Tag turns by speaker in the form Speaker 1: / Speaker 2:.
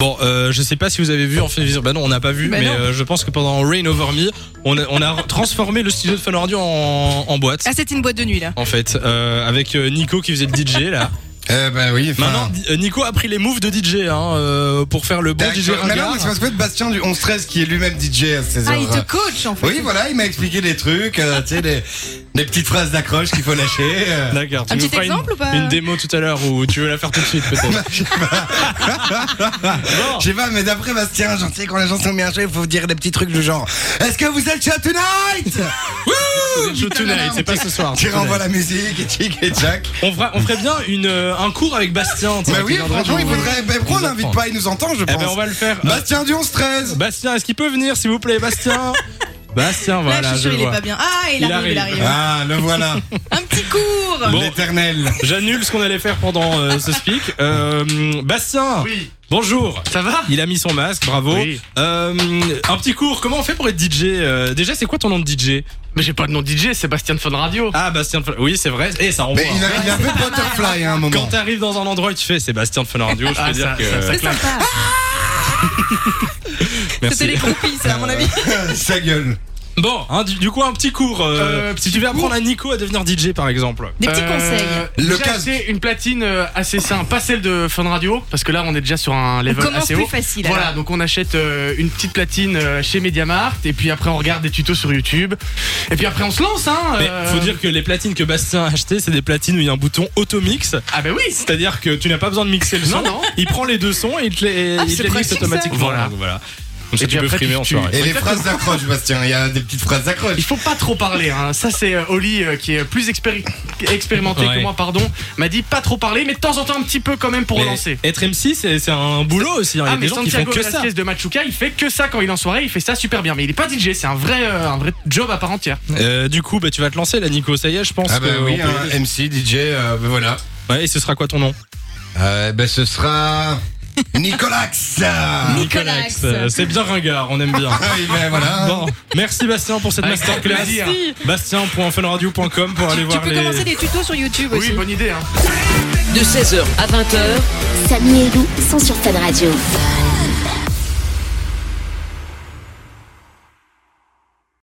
Speaker 1: Alors, euh, je sais pas si vous avez vu en fin de viseur. Bah non, on n'a pas vu,
Speaker 2: Bah
Speaker 1: mais
Speaker 2: non.
Speaker 1: euh, je pense que pendant Rain Over Me, on a, on a transformé le studio de Fun Radio en, en boîte.
Speaker 2: Ah, c'était une boîte de nuit là.
Speaker 1: En fait, euh, avec euh, Nico qui faisait le DJ là.
Speaker 3: Eh ben oui, enfin,
Speaker 1: Maintenant, Di- euh, Nico a pris les moves de DJ hein, euh, pour faire le bon
Speaker 3: d'accord.
Speaker 1: DJ
Speaker 3: Mais non,
Speaker 1: ringard.
Speaker 3: mais c'est parce que Bastien du 11-13 qui est lui-même DJ à 16h.
Speaker 2: Ah, il te coach en fait.
Speaker 3: Oui, voilà, il m'a expliqué des trucs, euh, tu sais, des, des petites phrases d'accroche qu'il faut lâcher. euh.
Speaker 1: D'accord. Tu
Speaker 2: Un
Speaker 1: nous
Speaker 2: petit
Speaker 1: feras une-
Speaker 2: exemple ou pas
Speaker 1: une, démo tout à l'heure ou tu veux la faire tout de suite peut-être. Bon.
Speaker 3: Je sais pas, mais d'après Bastien, j'en sais quand les gens sont bien chauds, il faut dire des petits trucs du genre Est-ce que vous êtes chaud tonight
Speaker 1: C'est le show tonight, c'est pas ce soir.
Speaker 3: Tu
Speaker 1: c'est tonight.
Speaker 3: renvoies la musique, et Chick et Jack.
Speaker 1: On fera- on ferait bien une, euh, un cours avec Bastien. tu sais, qui
Speaker 3: Mais Bah oui,
Speaker 1: viendrait
Speaker 3: franchement, il
Speaker 1: nous-
Speaker 3: faudrait. Mais pourquoi on
Speaker 1: nous
Speaker 3: l'invite
Speaker 1: apprendre.
Speaker 3: pas Il nous entend, je
Speaker 1: Eh
Speaker 3: pense.
Speaker 1: ben on va le faire. Euh,
Speaker 3: Bastien du 11-13
Speaker 1: Bastien, est-ce qu'il peut venir, s'il vous plaît, Bastien Bastien,
Speaker 2: Là, je
Speaker 1: voilà,
Speaker 2: suis
Speaker 1: je
Speaker 2: sûre, il est
Speaker 1: vois.
Speaker 2: pas bien. Ah, il,
Speaker 1: Il
Speaker 2: arrive, il
Speaker 1: arrive.
Speaker 2: arrive.
Speaker 3: Ah, le voilà,
Speaker 2: Un petit cours.
Speaker 1: Bon.
Speaker 3: l'éternel.
Speaker 1: J'annule ce qu'on allait faire pendant euh, ce speak. Euh, Bastien,
Speaker 4: Oui,
Speaker 1: bonjour.
Speaker 4: ça va
Speaker 1: Il a mis son masque, bravo.
Speaker 4: Oui.
Speaker 1: Euh, un petit cours, comment on fait pour être DJ euh, Déjà, c'est quoi ton nom de DJ
Speaker 4: Mais j'ai pas de nom DJ, Sébastien de Fun Radio.
Speaker 1: Ah, Bastien. de Fun- Oui, c'est vrai. Et ça renvoie.
Speaker 3: Mais il a, il a un peu butterfly à un moment.
Speaker 1: Quand t'arrives dans un endroit et tu fais Sébastien de Fun Radio, je peux
Speaker 4: Ah,
Speaker 1: dire
Speaker 4: ça-
Speaker 1: que.
Speaker 4: ça- ça-
Speaker 2: C'est sympa.
Speaker 1: Merci.
Speaker 2: C'était les groupies, ça, à mon avis.
Speaker 3: Sa gueule.
Speaker 1: Bon, hein, du, du coup, un petit cours. euh,
Speaker 4: Euh,
Speaker 1: si
Speaker 4: petit
Speaker 1: tu veux apprendre
Speaker 4: cours.
Speaker 1: à Nico à devenir DJ, par exemple.
Speaker 2: Des petits
Speaker 4: Euh,
Speaker 2: conseils.
Speaker 3: Le
Speaker 4: j'ai
Speaker 3: casque.
Speaker 4: acheté une platine euh, assez simple, pas celle de Fun Radio, parce que là on est déjà sur un
Speaker 2: On
Speaker 4: level
Speaker 2: commence
Speaker 4: assez
Speaker 2: plus
Speaker 4: haut.
Speaker 2: facile.
Speaker 4: Voilà,
Speaker 2: alors.
Speaker 4: donc on achète euh, une petite platine euh, chez Mediamart, et puis après on regarde des tutos sur YouTube, et puis après on se lance, hein.
Speaker 1: Mais
Speaker 4: euh,
Speaker 1: faut dire que les platines que Bastien a achetées, c'est des platines où il y a un bouton automix.
Speaker 4: Ah bah oui.
Speaker 1: C'est-à-dire que tu n'as pas besoin de mixer le son.
Speaker 4: Non, non.
Speaker 1: Il prend les deux sons et il te les,
Speaker 2: Ah,
Speaker 1: il te
Speaker 2: c'est
Speaker 1: les mixe
Speaker 2: pratique, ça.
Speaker 1: automatiquement.
Speaker 4: Voilà.
Speaker 1: Donc voilà. Comme ça,
Speaker 4: Et
Speaker 1: tu
Speaker 4: puis
Speaker 1: peux
Speaker 4: après,
Speaker 1: frimer
Speaker 4: tu-
Speaker 1: en
Speaker 4: tu-
Speaker 1: soirée.
Speaker 3: Et les phrases d'accroche, Bastien, il y a des petites phrases
Speaker 4: Il
Speaker 3: d'accroche.
Speaker 4: faut pas trop parler, hein. ça c'est euh, Oli euh, qui est plus expéri- expérimenté
Speaker 1: Ouais.
Speaker 4: que moi, pardon, m'a dit pas trop parler, mais de temps en temps un petit peu quand même pour
Speaker 1: Mais
Speaker 4: relancer.
Speaker 1: être MC, c'est c'est un boulot aussi. hein. Il y a
Speaker 4: Ah
Speaker 1: des
Speaker 4: mais
Speaker 1: gens qui font
Speaker 4: Santiago
Speaker 1: que ça.
Speaker 4: Velasquez de Machuca, il fait que ça quand il est en soirée, il fait ça super bien. Mais il est pas DJ, c'est un vrai, euh, un vrai job à part entière.
Speaker 1: Euh, du coup, bah, tu vas te lancer là, Nico. Ça y est, je pense.
Speaker 3: Ah bah
Speaker 1: que on
Speaker 3: oui,
Speaker 1: peut-
Speaker 4: hein.
Speaker 3: un MC, DJ, euh, ben voilà.
Speaker 1: Ouais, et ce sera quoi ton nom
Speaker 3: Euh, ben ce sera. Nicolax Ah
Speaker 2: Nicolas.
Speaker 1: Euh, C'est bien ringard, on aime bien.
Speaker 3: oui, ben voilà.
Speaker 1: Bon, merci Bastien pour cette
Speaker 4: Avec
Speaker 1: masterclass.
Speaker 4: plaisir.
Speaker 1: Bastien.funradio.com pour aller
Speaker 2: Tu
Speaker 1: voir
Speaker 2: peux
Speaker 1: les.
Speaker 2: commencer des tutos sur YouTube
Speaker 4: Oui,
Speaker 2: aussi.
Speaker 4: bonne idée. Hein.
Speaker 5: De 16h à 20h,
Speaker 6: Samy et Lou sont sur Fan Radio.